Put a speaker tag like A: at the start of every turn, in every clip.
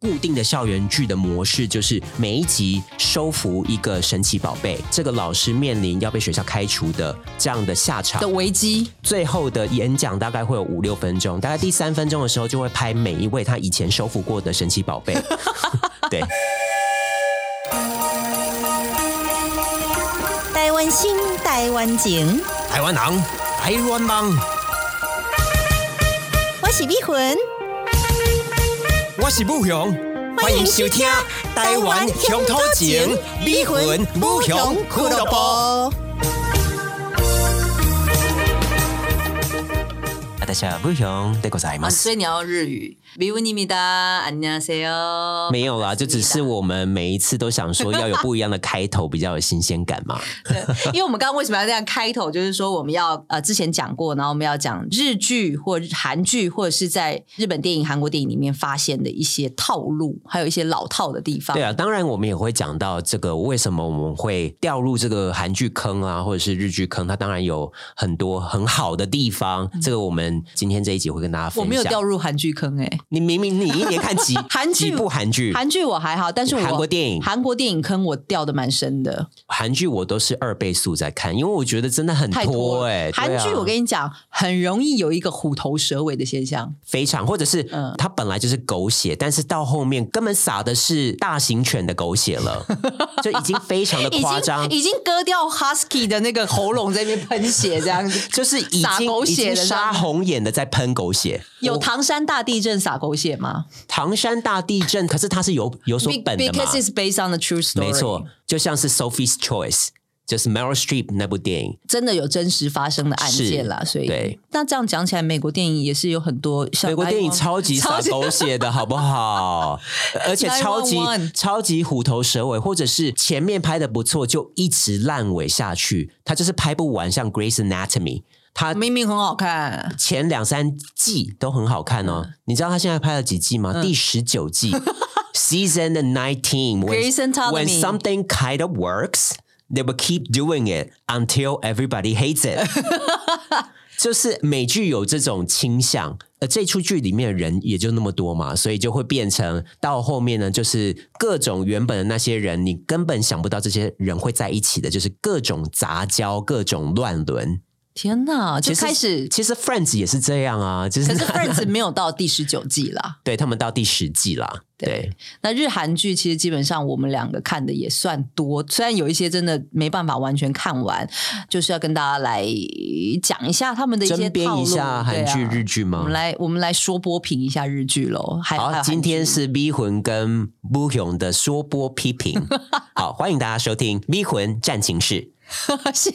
A: 固定的校园剧的模式，就是每一集收服一个神奇宝贝，这个老师面临要被学校开除的这样的下场
B: 的。危机，
A: 最后的演讲大概会有五六分钟，大概第三分钟的时候就会拍每一位他以前收服过的神奇宝 贝。对，
C: 台湾心，台湾情，
A: 台湾狼，台湾帮，
C: 我是碧魂。
A: 我是武雄，
C: 欢迎收听台湾乡土情美魂武雄俱乐部。
A: 大家好，武雄，得ございま
B: 啊，
A: す。
B: 所以你要日语。미운입니다안녕하세요。
A: 没有啦，就只是我们每一次都想说要有不一样的开头，比较有新鲜感 嘛。
B: 对，因为我们刚刚为什么要这样开头，就是说我们要呃之前讲过，然后我们要讲日剧或韩剧，或者是在日本电影、韩国电影里面发现的一些套路，还有一些老套的地方。
A: 对啊，当然我们也会讲到这个为什么我们会掉入这个韩剧坑啊，或者是日剧坑，它当然有很多很好的地方。这个我们今天这一集会跟大家分享。
B: 我没有掉入韩剧坑哎、
A: 你明明你一年看几
B: 韩
A: 几
B: 剧
A: 部韩剧，
B: 韩剧我还好，但是我
A: 嗯韩国电影
B: 韩国电影坑我掉的蛮深的，
A: 韩剧我都是二倍速在看，因为我觉得真的很
B: 太多
A: 拖
B: 了
A: 哎、对
B: 韩剧
A: 啊
B: 我跟你讲，很容易有一个虎头蛇尾的现象。
A: 非常，或者是
B: 嗯
A: 它本来就是狗血，但是到后面根本撒的是大型犬的狗血 了，就已经非常的
B: 已
A: 夸张
B: 经。已经割掉 husky 的那个喉咙，在那边喷血这样子，
A: 就是已
B: 撒
A: 经
B: 狗血
A: 已经
B: 的那
A: 杀
B: 种
A: 红眼的在喷狗血，
B: 有
A: 我
B: 唐山大地震撒狗血吗
A: 唐山大地震，可是它是有有所
B: ？Be-
A: 本的嘛，
B: Because it's based on the true story。
A: 没错，，就像是 Sophie's Choice，就是 Meryl Streep 那部电影，
B: 真的有真实发生的案件啦，
A: 是
B: 所以
A: 对
B: 那这样讲起来，美国电影也是有很多像
A: 美国电影
B: I Want-
A: 超级
B: 超
A: 撒
B: 级
A: 狗血的好不 好？而且超级
B: 911
A: 超级虎头蛇尾，或者是前面拍的不错，就一直烂尾下去，它就是拍不完。像《Grey's Anatomy》，它
B: 明明很好看，
A: 前两三季都很好看哦。你知道他现在拍了几季吗？第十九季，Season Nineteen。
B: Grey's Anatomy
A: When something kind of works, they will keep doing it until everybody hates it 。就是美剧有这种倾向，呃，这出剧里面的人也就那么多嘛，所以就会变成到后面呢，就是各种原本的那些人，你根本想不到这些人会在一起的，就是各种杂交，各种乱伦。
B: 天哪！就
A: 其实
B: 开始，
A: 其实 Friends 也是这样啊，就是
B: 可是 Friends 没有到第十九季啦。
A: 对他们到第十季啦，对，
B: 那日韩剧其实基本上我们两个看的也算多，虽然有一些真的没办法完全看完，就是要跟大家来讲一下他们的一些
A: 针
B: 套
A: 砭
B: 路。
A: 一下韩剧、
B: 对啊
A: 日剧
B: 我
A: 吗
B: 们？来，我们来说播评一下日剧喽。还还
A: 好，
B: 有
A: 今天
B: 韩剧
A: 是 V 魂跟 Bu 勇的说播批 评，好，欢迎大家收听 V 魂战情室。
B: 是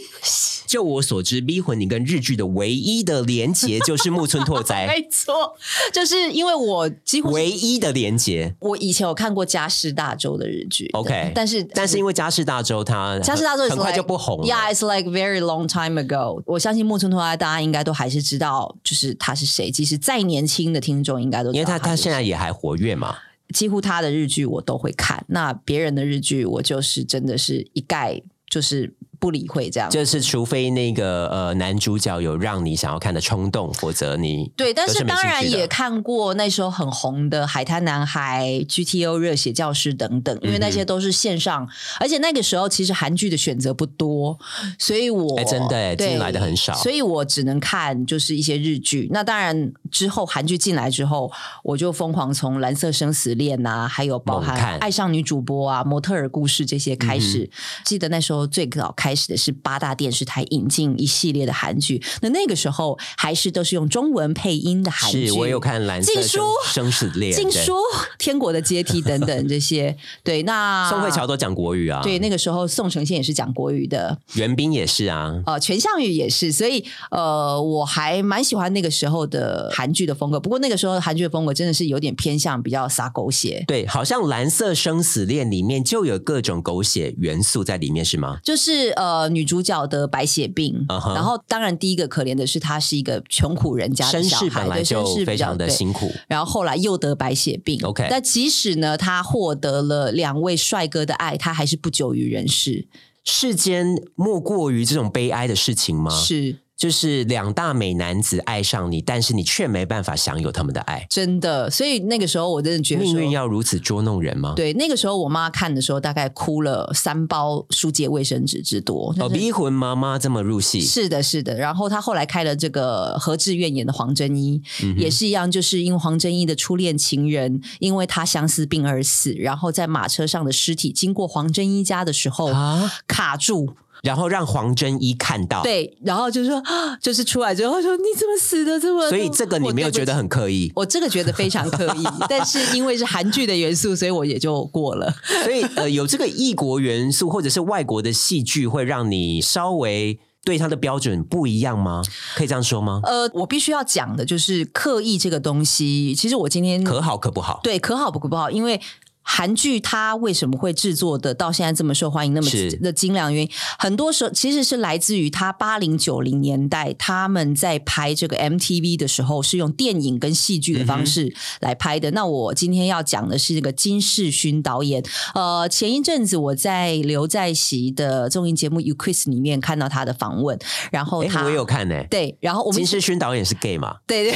A: 就我所知，V 魂你跟日剧的唯一的连结就是木村拓 哉，
B: 没错，就是因为我几乎
A: 哎唯一的连结。
B: 我以前有看过《家事大洲》的日剧
A: OK，
B: 但是
A: 但是因为家事大周他
B: 《家事大洲》
A: 很快就不红了。
B: Yeah, it's like very long time ago。我相信木村拓哉大家应该都还是知道，就是他是谁。即使再年轻的听众应该都知道
A: 因为他他
B: 是
A: 现在也还活跃嘛，
B: 几乎他的日剧我都会看，那别人的日剧我就是真的是一概就是不理会这样。
A: 就是除非那个呃男主角有让你想要看的冲动，否则你
B: 对，但
A: 都
B: 是
A: 是没
B: 当
A: 兴
B: 然
A: 趣的
B: 也看过那时候很红的《海滩男孩》、GTO 热血教师等等，因为
A: 嗯
B: 那些都是线上，而且那个时候其实韩剧的选择不多，所以我、
A: 哎真的哎
B: 对
A: 进来的很少
B: 所以我只能看就是一些日剧。那当然之后韩剧进来之后，我就疯狂从《蓝色生死恋》啊，还有包
A: 猛
B: 含《
A: 看嗯
B: 爱上女主播》啊、《模特儿故事》这些开始。记得那时候最早开始的是八大电视台引进一系列的韩剧，那那个时候还是都是用中文配音的韩剧。
A: 是我有看《蓝色
B: 禁
A: 生
B: 书
A: 生死恋》，
B: 禁
A: 对
B: 书、天国的阶梯等等这些。对，那
A: 宋慧乔。都讲国语啊，
B: 啊对，，那个时候宋承宪也是讲国语的，
A: 袁冰也是啊。
B: 呃，全相宇也是，所以呃，我还蛮喜欢那个时候的韩剧的风格。不过那个时候韩剧的风格真的是有点偏向比较撒狗血，
A: 对，好像《蓝色生死恋》里面就有各种狗血元素在里面，是吗？
B: 就是呃女主角的白血病
A: 嗯哼
B: 然后当然第一个可怜的是她是一个穷苦人家的
A: 身
B: 小
A: 世
B: 孩，
A: 本来
B: 对身
A: 就
B: 世比
A: 非
B: 较
A: 常的
B: 对
A: 辛苦，
B: 然后后来又得白血病。
A: OK
B: 但即使呢，他获得了两位帅哥的爱，他还是不久于人世。
A: 世间莫过于这种悲哀的事情吗？
B: 是，
A: 就是两大美男子爱上你，但是你却没办法享有他们的爱。
B: 真的。所以那个时候我真的觉得
A: 命
B: 说
A: 运要如此捉弄人吗？
B: 对，那个时候我妈看的时候，大概哭了三包书界卫生纸之多。
A: 哦，
B: 但是
A: 逼魂妈妈这么入戏，
B: 是的，是的。然后她后来开了这个
A: 嗯
B: 何志愿演的黄真一，也是一样，就是因为黄真一的初恋情人，因为他相思病而死，然后在马车上的尸体经过黄真一家的时候、
A: 啊
B: 卡住，
A: 然后让黄真一看到，
B: 对，然后就说， 啊就是出来之后说你怎么死的这么？
A: 所以这个你没有觉得
B: 我对不起？
A: 很刻意，
B: 我这个觉得非常 刻意，但是因为是韩剧的元素，所以我也就过了。
A: 所以呃，有这个异国元素或者是外国的戏剧，会让你稍微对它的标准不一样吗？可以这样说吗？
B: 呃，我必须要讲的就是刻意这个东西。其实我今天
A: 可好可不好，
B: 对可好不可不好，因为。韩剧它为什么会制作的到现在这么受欢迎，那么
A: 是
B: 的精良原因，很多时候其实是来自于它八零九零年代他们在拍这个 MTV 的时候是用电影跟戏剧的
A: 嗯
B: 方式来拍的。那我今天要讲的是这个金世勋导演，呃，前一阵子我在刘在熙的综艺节目《You Quiz》里面看到他的访问，然后
A: 诶
B: 他
A: 我也有看呢、
B: 对，然后我们
A: 金
B: 一起
A: 世勋导演是 gay 嘛？
B: 对 对，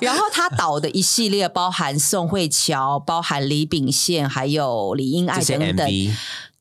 B: 然后他导的一系列包含宋慧乔、包含李秉宪，还有李英爱
A: 这些
B: 等等，
A: MV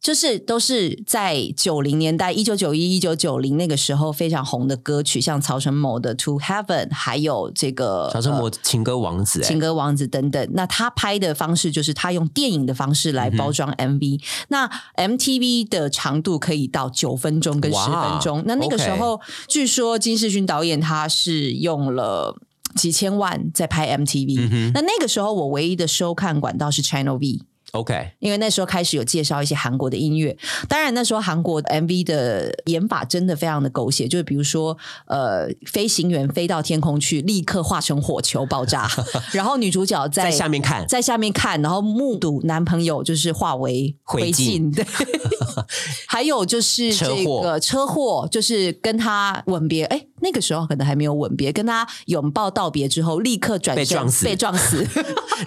B: 就是都是在九零年代一九九一、一九九零那个时候非常红的歌曲，像曹承谋的《To Heaven》，还有这个
A: 小生
B: 呃
A: 魔情歌王子、
B: 情
A: 欸，
B: 歌王子等等。那他拍的方式就是他用电影的方式
A: 嗯
B: 来包装 MV、那 MTV 的长度可以到九分钟跟十
A: 哇
B: 分钟。那那个
A: OK
B: 时候据说金世勋导演他是用了。几千万在拍 MTV，、那
A: 嗯
B: 那个时候我唯一的收看管道是 Channel V，
A: OK，
B: 因为那时候开始有介绍一些韩国的音乐，当然那时候韩国 MV 的演法真的非常的狗血，就是比如说呃，飞行员飞到天空去，立刻化成火球 爆炸，然后女主角在
A: 在下面看，
B: 在下面看，然后目睹男朋友就是化为
A: 灰
B: 灰烬，对。 还有就是
A: 车
B: 这
A: 祸
B: 个车祸，就是跟他吻别，哎，那个时候可能还没有吻别，跟他拥抱道别之后，立刻转
A: 被
B: 身
A: 撞死
B: 被撞 死。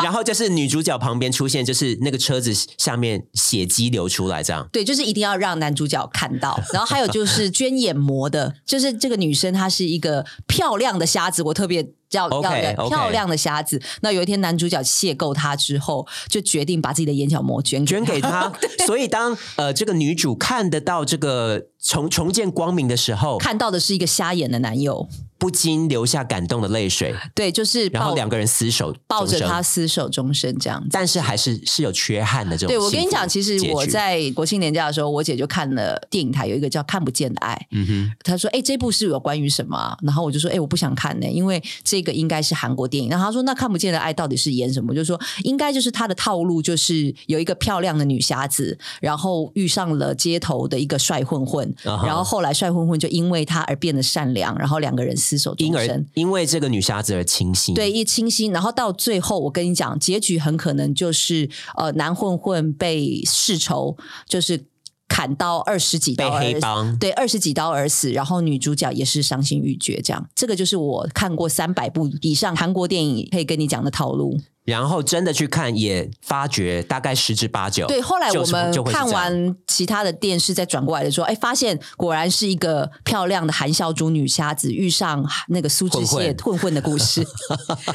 A: 然后就是女主角旁边出现，就是那个车子下面血迹流出来，这样
B: 对，就是一定要让男主角看到。然后还有就是捐眼膜的，就是这个女生她是一个漂亮的瞎子，我特别。要要
A: OK，
B: 人
A: OK
B: 漂亮的瞎子。那有一天男主角邂逅她之后，就决定把自己的眼角膜捐
A: 捐
B: 给
A: 给 他。所以当呃这个女主看得到这个重重见光明的时候，
B: 看到的是一个瞎眼的男友，
A: 不禁流下感动的泪水，
B: 对，就是
A: 然后
B: 抱
A: 两个人厮守，
B: 抱着
A: 终生
B: 他，厮守终身这样子。
A: 但是还是是有缺憾的这种。
B: 对我跟你讲，其实我。在国庆年假的时候，我姐就看了电影台有一个叫《看不见的爱》，
A: 嗯哼，
B: 她说：“哎、这部是有关于什么啊、然后我就说：“哎、我不想看呢、因为这个应该是韩国电影。”然后她说：“那《看不见的爱》到底是演什么？”我就说：“应该就是她的套路，就是有一个漂亮的女侠子，然后遇上了街头的一个帅混混
A: 啊哈
B: 然后后来帅混混就因为她而变得善良，然后两个人厮守终
A: 因
B: 身
A: 而。因为这个女瞎子而清醒，
B: 对，，一清新，然后到最后，我跟你讲，结局很可能就是呃，男混混被世仇就是砍刀二十几
A: 被
B: 刀而
A: 黑帮
B: 对二十几刀而死，然后女主角也是伤心欲绝，这样，这个就是我看过三百部以上韩国电影可以跟你讲的套路。
A: 然后真的去看也发觉大概十之八九。
B: 对，后来
A: 哦
B: 我
A: 就是
B: 们
A: 就会是
B: 看
A: 这样
B: 完其他的电视，再转过来的时候，哎，发现果然是一个漂亮的韩孝珠女瞎子遇上那个苏志燮
A: 混混
B: 混混的 故事，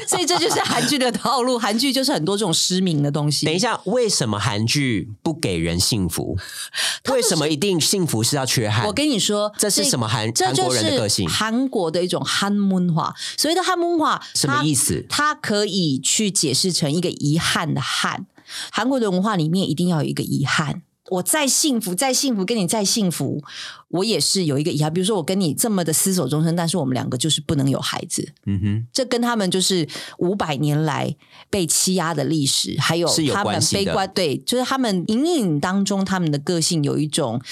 B: 所以这就是韩剧的套路。韩剧就是很多这种失明的东西。
A: 等一下，为什么韩剧不给人幸 福？为什么一定幸福是要缺憾？
B: 我跟你说，
A: 这是什么韩
B: 这
A: 韩
B: 就
A: 国人的个
B: 是
A: 性
B: 韩国的一种汉文化。所谓的汉文化，
A: 什么
B: 它
A: 意思？
B: 它可以去解释成一个遗憾的憾。韩国的文化里面一定要有一个遗憾。我再幸福，再幸福，跟你再幸福，我也是有一个遗憾。比如说，我跟你这么的厮守终身，但是我们两个就是不能有孩子，
A: 嗯
B: 这跟他们就是五百年来被欺压的历史，还有
A: 是有
B: 他们
A: 关系的
B: 悲观，对，就是他们隐隐当中他们的个性有一种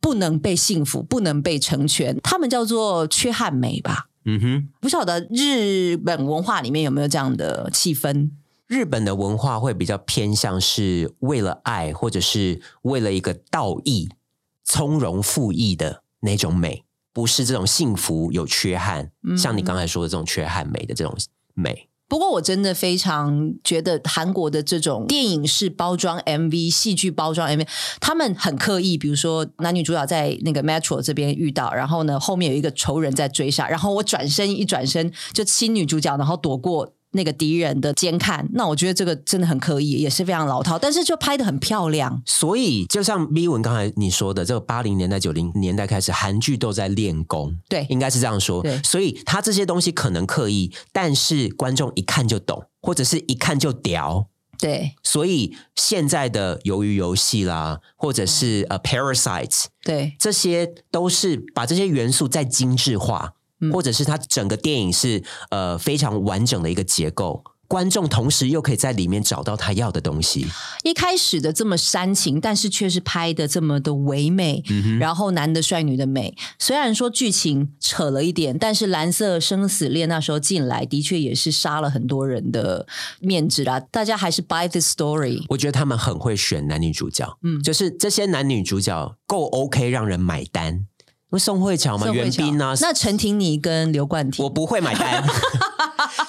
B: 不能被幸福、不能被成全，他们叫做缺憾美吧。
A: 哼，嗯哼。
B: 不晓得日本文化里面有没有这样的气氛？
A: 日本的文化会比较偏向是为了爱，或者是为了一个道义、从容赴义的那种美，不是这种幸福有缺憾，
B: 嗯
A: 像你刚才说的这种缺憾美的这种美。
B: 不过我真的非常觉得韩国的这种电影式包装 MV、戏剧包装 MV，他们很刻意，比如说男女主角在那个 metro 这边遇到，然后呢后面有一个仇人在追杀，然后我转身一转身就亲女主角，然后躲过。那个敌人的监看，那我觉得这个真的很刻意，也是非常老套，但是就拍的很漂亮。
A: 所以就像 B 文刚才你说的，这个八零年代、九零年代开始，韩剧都在练功，
B: 对
A: 应该是这样说
B: 对。
A: 所以他这些东西可能刻意，但是观众一看就懂，或者是一看就屌。
B: 对
A: 所以现在的鱿鱼游戏啦，或者是
B: 嗯
A: 呃 Parasites，
B: 对，
A: 这些都是把这些元素再精致化，
B: 嗯
A: 或者是它整个电影是呃非常完整的一个结构，观众同时又可以在里面找到他要的东西。
B: 一开始的这么煽情，但是却是拍的这么的唯美，
A: 嗯
B: 然后男的帅，女的美。虽然说剧情扯了一点，但是《蓝色生死恋》那时候进来，的确也是杀了很多人的面子啦。大家还是 buy the story。
A: 我觉得他们很会选男女主角，
B: 嗯
A: 就是这些男女主角够 OK 让人买单。那宋慧乔嘛，
B: 宋慧
A: 袁
B: 乔
A: 冰啊，
B: 那陈婷妮跟刘冠廷，
A: 我不会买 单。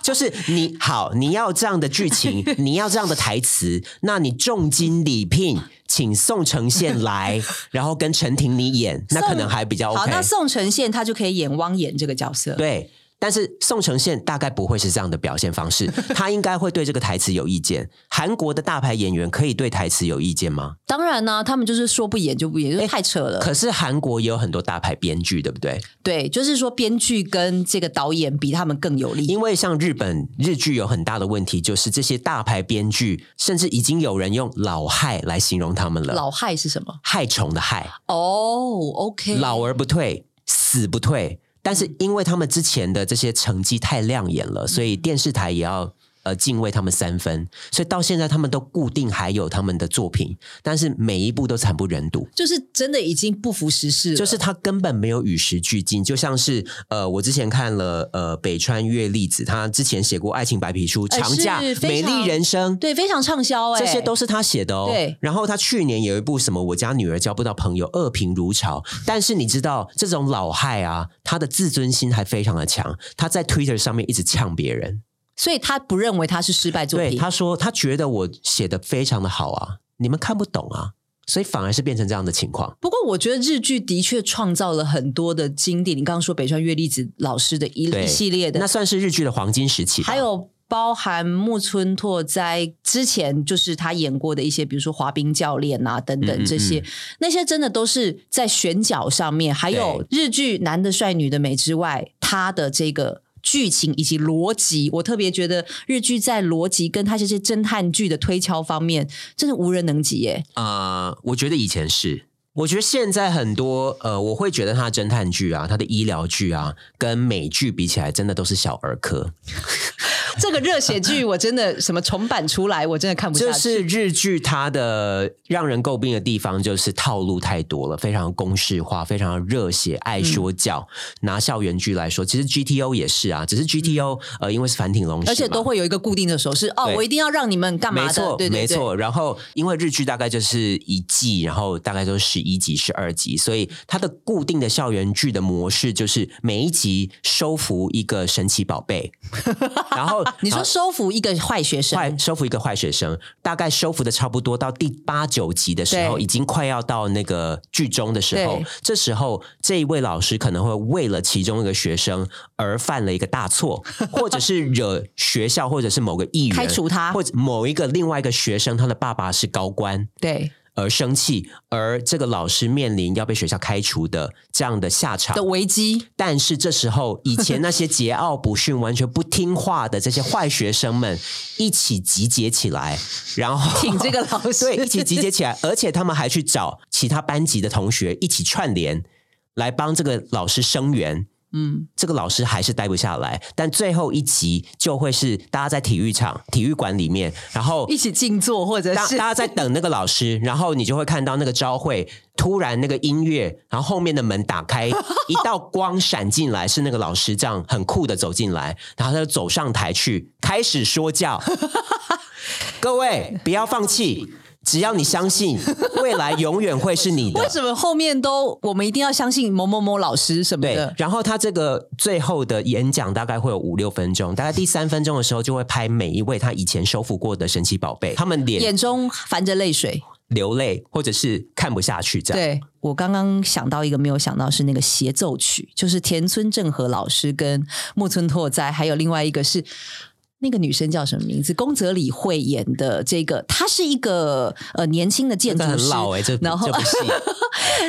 A: 就是你好，你要这样的剧 情，你要这样的台词，那你重金礼聘，请宋承宪 来，然后跟陈婷妮演，那可能还比较
B: 好，
A: OK
B: 那。宋承宪他就可以演汪衍这个角色。
A: 对，但是宋承宪大概不会是这样的表现 方式，他应该会对这个台词有意见。韩国的大牌演员可以对台词有意见吗？
B: 当然呢、他们就是说不演就不演，就是太扯了。
A: 哎可是韩国也有很多大牌编剧，对不对？
B: 对，就是说编剧跟这个导演比他们更有力。
A: 因为像日本日剧有很大的问题，就是这些大牌编剧，甚至已经有人用老害来形容他们了。
B: 老害是什么？
A: 害虫的害，
B: 哦、o k
A: 老而不退，死不退。但是因为他们之前的这些成绩太亮眼了，所以电视台也要呃敬畏他们三分。所以到现在他们都固定还有他们的作品，但是每一部都惨不忍睹。
B: 就是真的已经不符时事了，
A: 就是他根本没有与时俱进，就像是呃，我之前看了呃北川月粒子，她之前写过《爱情白皮书》《
B: 哎
A: 长假
B: 是》
A: 《美
B: 非常
A: 丽人生》，
B: 对非常畅销哎、
A: 这些都是他写的哦。
B: 对
A: 然后他去年有一部什么《我家女儿交不到朋友》，恶评如潮。但是你知道，这种老害啊，他的自尊心还非常的强。他在 Twitter 上面一直呛别人，
B: 所以他不认为他是失败作
A: 对
B: 品，
A: 他说他觉得我写的非常的好啊，你们看不懂啊，所以反而是变成这样的情况。
B: 不过，我觉得日剧的确创造了很多的经典。你刚刚说北川月粒子老师的一
A: 对
B: 一系列
A: 那
B: 的，
A: 算是日剧的黄金时期吧，
B: 还有包含木村拓哉之前就是他演过的一些，比如说滑冰教练啊等
A: 嗯嗯
B: 等
A: 嗯
B: 这些，那些真的都是在选角上面，还有日剧男的帅女的美之外，他的这个。剧情以及逻辑，我特别觉得日剧在逻辑跟他这些侦探剧的推敲方面，真的无人能及耶。
A: 呃，我觉得以前是，我觉得现在很多呃，我会觉得他的侦探剧啊，他的医疗剧啊，跟美剧比起来，真的都是小儿科。
B: 这个热血剧我 真的什么重版出来，我真的看不下去。
A: 就是日剧它的让人诟病的地方就是套路太多了，非常公式化，非常热血，爱
B: 嗯
A: 说教。拿校园剧来说，其实 GTO 也是啊，只是 GTO、呃，因为是繁体龙，
B: 嗯而且都。会有一个固定的手势哦
A: 对，
B: 我一定要让你们干嘛
A: 没
B: 的？
A: 错，
B: 对对
A: 没
B: 对，
A: 错。然后，因为日剧大概就是一季，然后大概都十一集、十二集，所以它的固定的校园剧的模式就是每一集收服一个神奇宝 贝，然后
B: 你
A: 然
B: 说
A: 后
B: 收服一个坏学生，
A: 坏收服一个坏学生，大概收服的差不多到第八九集的时候，
B: 对
A: 已经快要到那个剧中的时候
B: 对，
A: 这时候这一位老师可能会为了其中一个学生而犯了一个大 错，或者是惹学校或者是某个议员
B: 开除他
A: 或者某一个另外一个学生他的爸爸是高官。
B: 对
A: 而生气，而这个老师面临要被学校开除的这样的下场
B: 的危机，
A: 但是这时候，以前那些桀骜不驯、完全不听话的这些坏学生们，一起集结起来，然后
B: 挺这个老师，
A: 对一起集结起来，而且他们还去找其他班级的同学一起串联，来帮这个老师声援。
B: 嗯，
A: 这个老师还是待不下来，但最后一集就会是大家在体育场、体育馆里面，然后
B: 一起静坐或者
A: 大
B: 呃是
A: 大家 在等那个老师，然后你就会看到那个朝会突然那个音乐，然后后面的门打开，一道光闪进来，是那个老师这样很酷的走进来，然后他就走上台去开始说教，各位不要放弃。只要你相信，未来永远会是你的。
B: 为什么后面都我们一定要相信某某某老师什么
A: 对
B: 的，？
A: 然后他这个最后的演讲大概会有五六分钟，大概第三分钟的时候就会拍每一位他以前收服过的神奇宝贝，他们脸
B: 眼中含着泪水。
A: 流泪或者是看不下去这样。
B: 对我刚刚想到一个没有想到是那个协奏曲，就是田村正和老师跟木村拓哉，还有另外一个是。那个女生叫什么名字？宫泽理惠演的这个，她是一个呃年轻的欸建
A: 这
B: 筑
A: 很
B: 师，
A: 老哎、这
B: 然后
A: 这部戏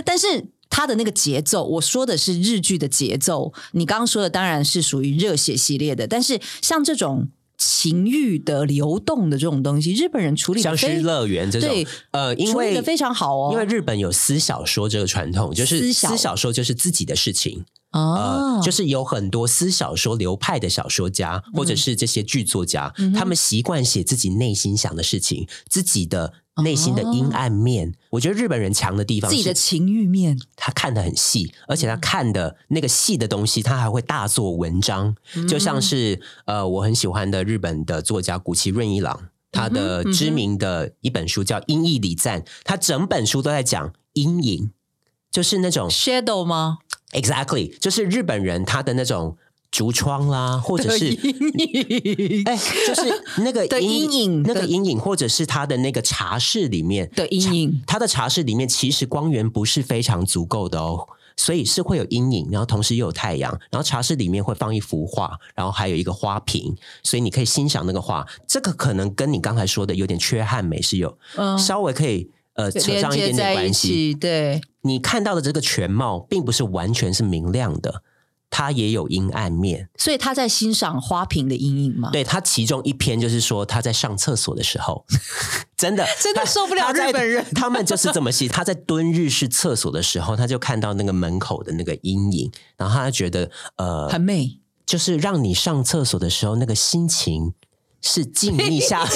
B: 但是它的那个节奏，我说的是日剧的节奏。你刚刚说的当然是属于热血系列的，但是像这种情欲的流动的这种东西，日本人处理的
A: 像
B: 非
A: 是乐园这种
B: 对，
A: 呃，因
B: 处理
A: 为
B: 的非常好哦，
A: 因为日本有私小说这个传统，就是
B: 私小
A: 私小说就是自己的事情，
B: 哦、
A: 呃，就是有很多私小说流派的小说家，或者是这些剧作家，
B: 嗯嗯哼
A: 他们习惯写自己内心想的事情，自己的内心的阴暗面。我觉得日本人强的地方
B: 哦自己的
A: 是，
B: 情欲面，
A: 他看得很细，而且他
B: 嗯
A: 看的那个细的东西，他还会大做文章。就
B: 嗯
A: 像是呃，我很喜欢的日本的作家谷崎润一郎，他的
B: 嗯哼
A: 知名的一本书叫《阴翳礼赞》，他整本书都在讲阴影，就是那种
B: shadow 吗？
A: exactly，就是日本人他的那种竹窗啦，或者是
B: 的阴影
A: 哎、就是那个
B: 的阴影
A: 那
B: 的
A: 个阴影，或者是他的那个茶室里面
B: 的 阴影，
A: 他的茶室里面其实光源不是非常足够的哦，所以是会有阴影，然后同时又有太阳，然后茶室里面会放一幅画，然后还有一个花瓶，所以你可以欣赏那个画。这个可能跟你刚才说的有点缺憾美是有、
B: 嗯，
A: 稍微可以呃扯
B: 连
A: 上一
B: 接
A: 点点
B: 在一
A: 关系，
B: 起，对，
A: 你看到的这个全貌，并不是完全是明亮的，它也有阴暗面。
B: 所以他在欣赏花瓶的阴影嘛？，
A: 对，它其中一篇就是说他在上厕所的时 候，真的
B: 真的
A: 他
B: 受不了
A: 他在
B: 日本人
A: 他们就是这么细。 他在蹲日式厕所的时候，他就看到那个门口的那个阴影，然后他觉得呃，
B: 很美，
A: 就是让你上厕所的时候那个心情是静一 下。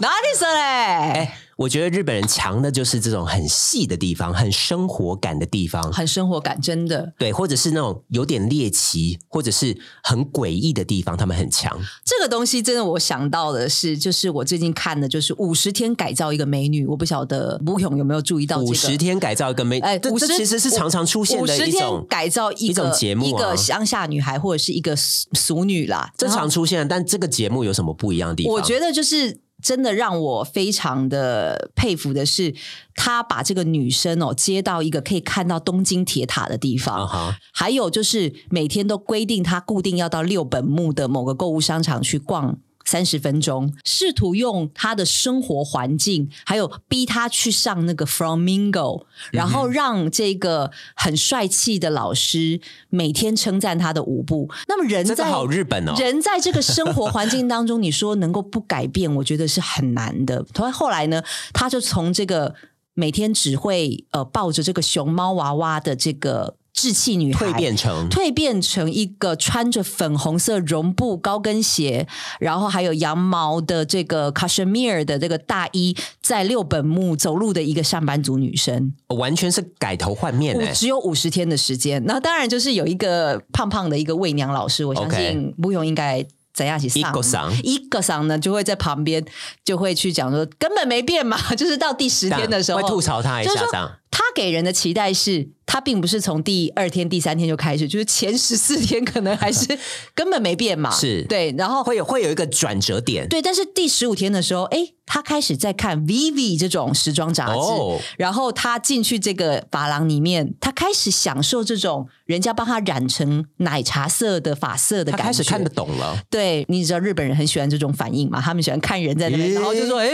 B: 哪里是嘞？
A: 哎，我觉得日本人强的就是这种很细的地方，很生活感的地 方。
B: 很生活感，真的。
A: 对，或者是那种有点猎奇，或者是很诡异的地方，他们很强。
B: 这个东西真的，我想到的是，就是我最近看的，就是《五十天改造一个美女》，我不晓得吴勇有没有注意到这个。
A: 五十天改造一个美，
B: 哎
A: 这
B: 50
A: 这其实是常常出现的
B: 50
A: 一
B: 天
A: 种，
B: 改造一个
A: 一种节目啊
B: 一个乡下女孩或者是一个俗俗女啦，
A: 这
B: 然后
A: 常出现。但这个节目有什么不一样的地方？
B: 我觉得就是真的让我非常的佩服的是，他把这个女生哦接到一个可以看到东京铁塔的地
A: 啊
B: 方。
A: 哈，
B: 还有就是每天都规定她固定要到六本木的某个购物商场去逛三十分钟，试图用她的生活环境，还有逼她去上那个 Flamingo，然后让这个很帅气的老师每天称赞她的舞步。那么人
A: 这个
B: 在
A: 好日本哦。
B: 人在这个生活环境当中，你说能够不改变，我觉得是很难的。 同后来呢，他就从这个每天只会呃抱着这个熊猫娃娃的这个稚气女孩
A: 蜕。变成
B: 蜕变成一个穿着粉红色绒布高跟鞋，然后还有羊毛的这个 cashmere 的这个大衣，在六本木走路的一个上班族女生。
A: 完全是改头换面
B: 五
A: 哎、
B: 只有五十天的时间。那当然就是有一个胖胖的一个媚娘老师，我相
A: OK
B: 信不用应该怎样去
A: 一个上
B: 一个上呢就会在旁边就会去讲说根本没变嘛， 就是到第十
A: 这样
B: 天的时候
A: 会吐槽他一
B: 就
A: 下
B: 是说
A: 这样。
B: 他给人的期待是，他并不是从第二天、第三天就开始，就是前十四天可能还是根本没变嘛，
A: 是
B: 对，然后
A: 会有会有一个转折点，
B: 对，但是第十五天的时候，哎，他开始在看 Vivi 这种时装杂志，
A: 哦
B: 然后他进去这个发廊里面，他开始享受这种人家帮他染成奶茶色的发色的
A: 他
B: 感觉，
A: 开始看得懂了。
B: 对，你知道日本人很喜欢这种反应嘛？他们喜欢看人在那边，
A: 咦
B: 然后就说：“哎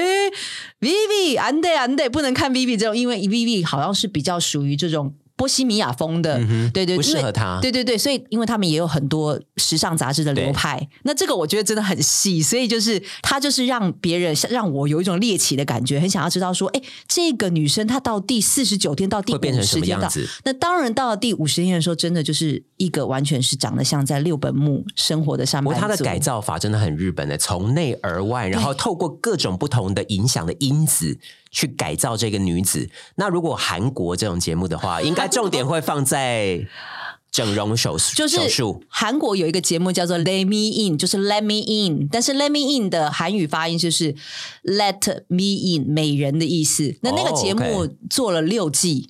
B: ，Vivi，安得安得，不能看 Vivi 这种，因为 Vivi 好像是比较属于这种波西米亚风的，
A: 嗯哼
B: 对对，
A: 不适
B: 因为
A: 合他
B: 对对对，所以因为他们也有很多时尚杂志的流派，那这个我觉得真的很细，所以就是他就是让别人让我有一种猎奇的感觉，很想要知道说，哎，这个女生她到第四十九天到第
A: 会变成什
B: 50
A: 么
B: 天
A: 样
B: 到
A: 子？
B: 那当然，到了第五十天的时候，真的就是一个完全是长得像在六本木生活的上
A: 不
B: 班
A: 过它
B: 族。
A: 的改造法真的很日本的，从内而外，然后透过各种不同的影响的因子去改造这个女子。那如果韩国这种节目的话，应该重点会放在整容手术，
B: 就是
A: 手术
B: 韩国有一个节目叫做《Let Me In》，就是 Let Me In，但是 Let Me In 的韩语发音就是 Let Me In，美人的意思。那那个
A: 哦
B: 节目
A: OK
B: 做了六季，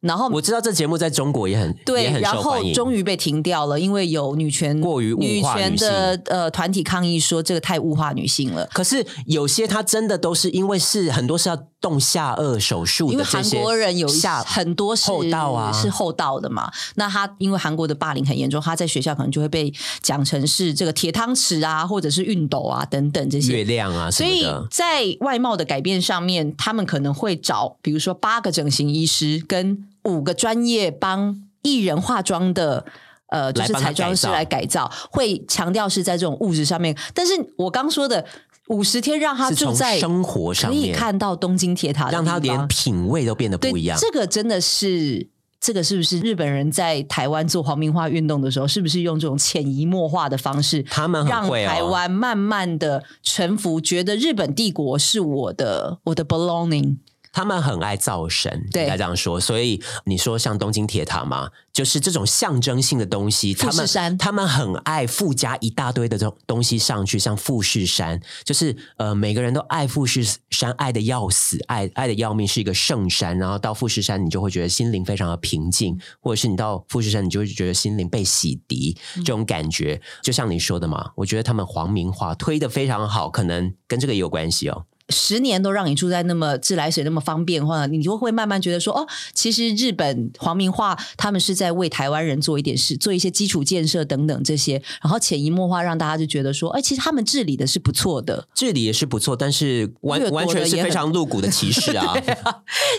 B: 然后
A: 我知道这节目在中国也很
B: 对
A: 也，很
B: 然
A: 受欢
B: 后
A: 迎。
B: 终于被停掉了，因为有女权
A: 过于物化
B: 女权
A: 女性
B: 的呃团体抗议说这个太物化女性了。
A: 可是有些他真的都是因为是很多是要动下颚手术
B: 因
A: 的
B: 为韩
A: 这些
B: 国人有一
A: 下
B: 很多是
A: 厚道啊
B: 是厚道的嘛。那他因为韩国的霸凌很严重，他在学校可能就会被讲成是这个铁汤匙啊，或者是熨斗啊等等这
A: 月
B: 些。
A: 亮啊什
B: 所
A: 么
B: 以
A: 的，
B: 在外貌的改变上面，他们可能会找，比如说八个整形医师跟五个专业帮艺人化妆的。呃，就是
A: 来帮他
B: 彩妆师
A: 改造
B: 来改造，会强调是在这种物质上面。但是我刚说的五十天让他
A: 是
B: 住
A: 从
B: 在
A: 生活上
B: 可以
A: 面
B: 看到东京铁塔的地
A: 让
B: 方，
A: 他连品味都变得不一样。
B: 对，这个真的是。这个是不是日本人在台湾做皇民化运动的时候，是不是用这种潜移默化的方式，
A: 他们
B: 让
A: 很会
B: 台
A: 哦，
B: 湾慢慢的臣服，觉得日本帝国是我的我的 belonging？
A: 他们很爱造神，
B: 对
A: 应该这样说。所以你说像东京铁塔嘛，就是这种象征性的东西，
B: 富士
A: 他们
B: 山
A: 他们很爱附加一大堆的东东西上去，像富士山，就是呃每个人都爱富士山，爱的要死，爱爱的要命，是一个圣山。然后到富士山，你就会觉得心灵非常的平静，或者是你到富士山，你就会觉得心灵被洗涤，
B: 嗯
A: 这种感觉，就像你说的嘛，我觉得他们黄明化推的非常好，可能跟这个也有关系哦。
B: 十年都让你住在那么自来水那么方便的话，你就会慢慢觉得说，哦，其实日本皇民化他们是在为台湾人做一点事，做一些基础建设等等这些，然后潜移默化让大家就觉得说，哎，其实他们治理的是不错的。
A: 这里也是不错，但是
B: 掠
A: 完
B: 夺的
A: 完全是
B: 也很
A: 非常露骨的歧视 啊！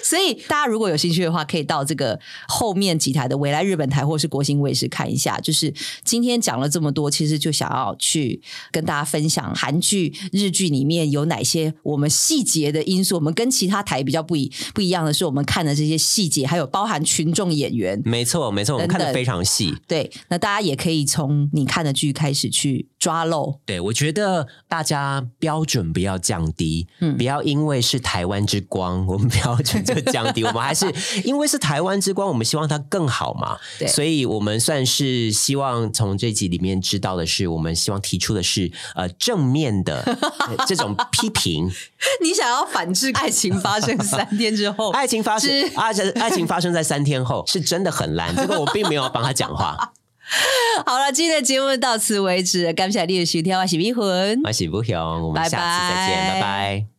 B: 所以大家如果有兴趣的话，可以到这个后面几台的未来日本台或是国新卫视看一下。就是今天讲了这么多，其实就想要去跟大家分享韩剧、日剧里面有哪些呃我们细节的因素。我们跟其他台比较不一不一样的是，我们看的这些细节，还有包含群众演员。
A: 没错，没错，我们
B: 等
A: 看
B: 等
A: 的非常细。
B: 对，那大家也可以从你看的剧开始去抓漏。
A: 对，我觉得大家标准不要降低，
B: 嗯
A: 不要因为是台湾之光，我们标准就降 低，我们还是因为是台湾之光，我们希望它更好嘛。
B: 对
A: 所以我们算是希望从这集里面知道的是，我们希望提出的是呃正面的 呃这种批评，
B: 你想要反制爱情发生三天之后
A: 爱情发生
B: 哦是，
A: 爱情爱情发生在三天后是真的很烂，这个我并没有帮他讲话，
B: 好了，今天的节目到此为止，感谢你的收听，我是米魂，
A: 我是不雄，我们
B: 拜
A: 下次再见，
B: 拜
A: 拜拜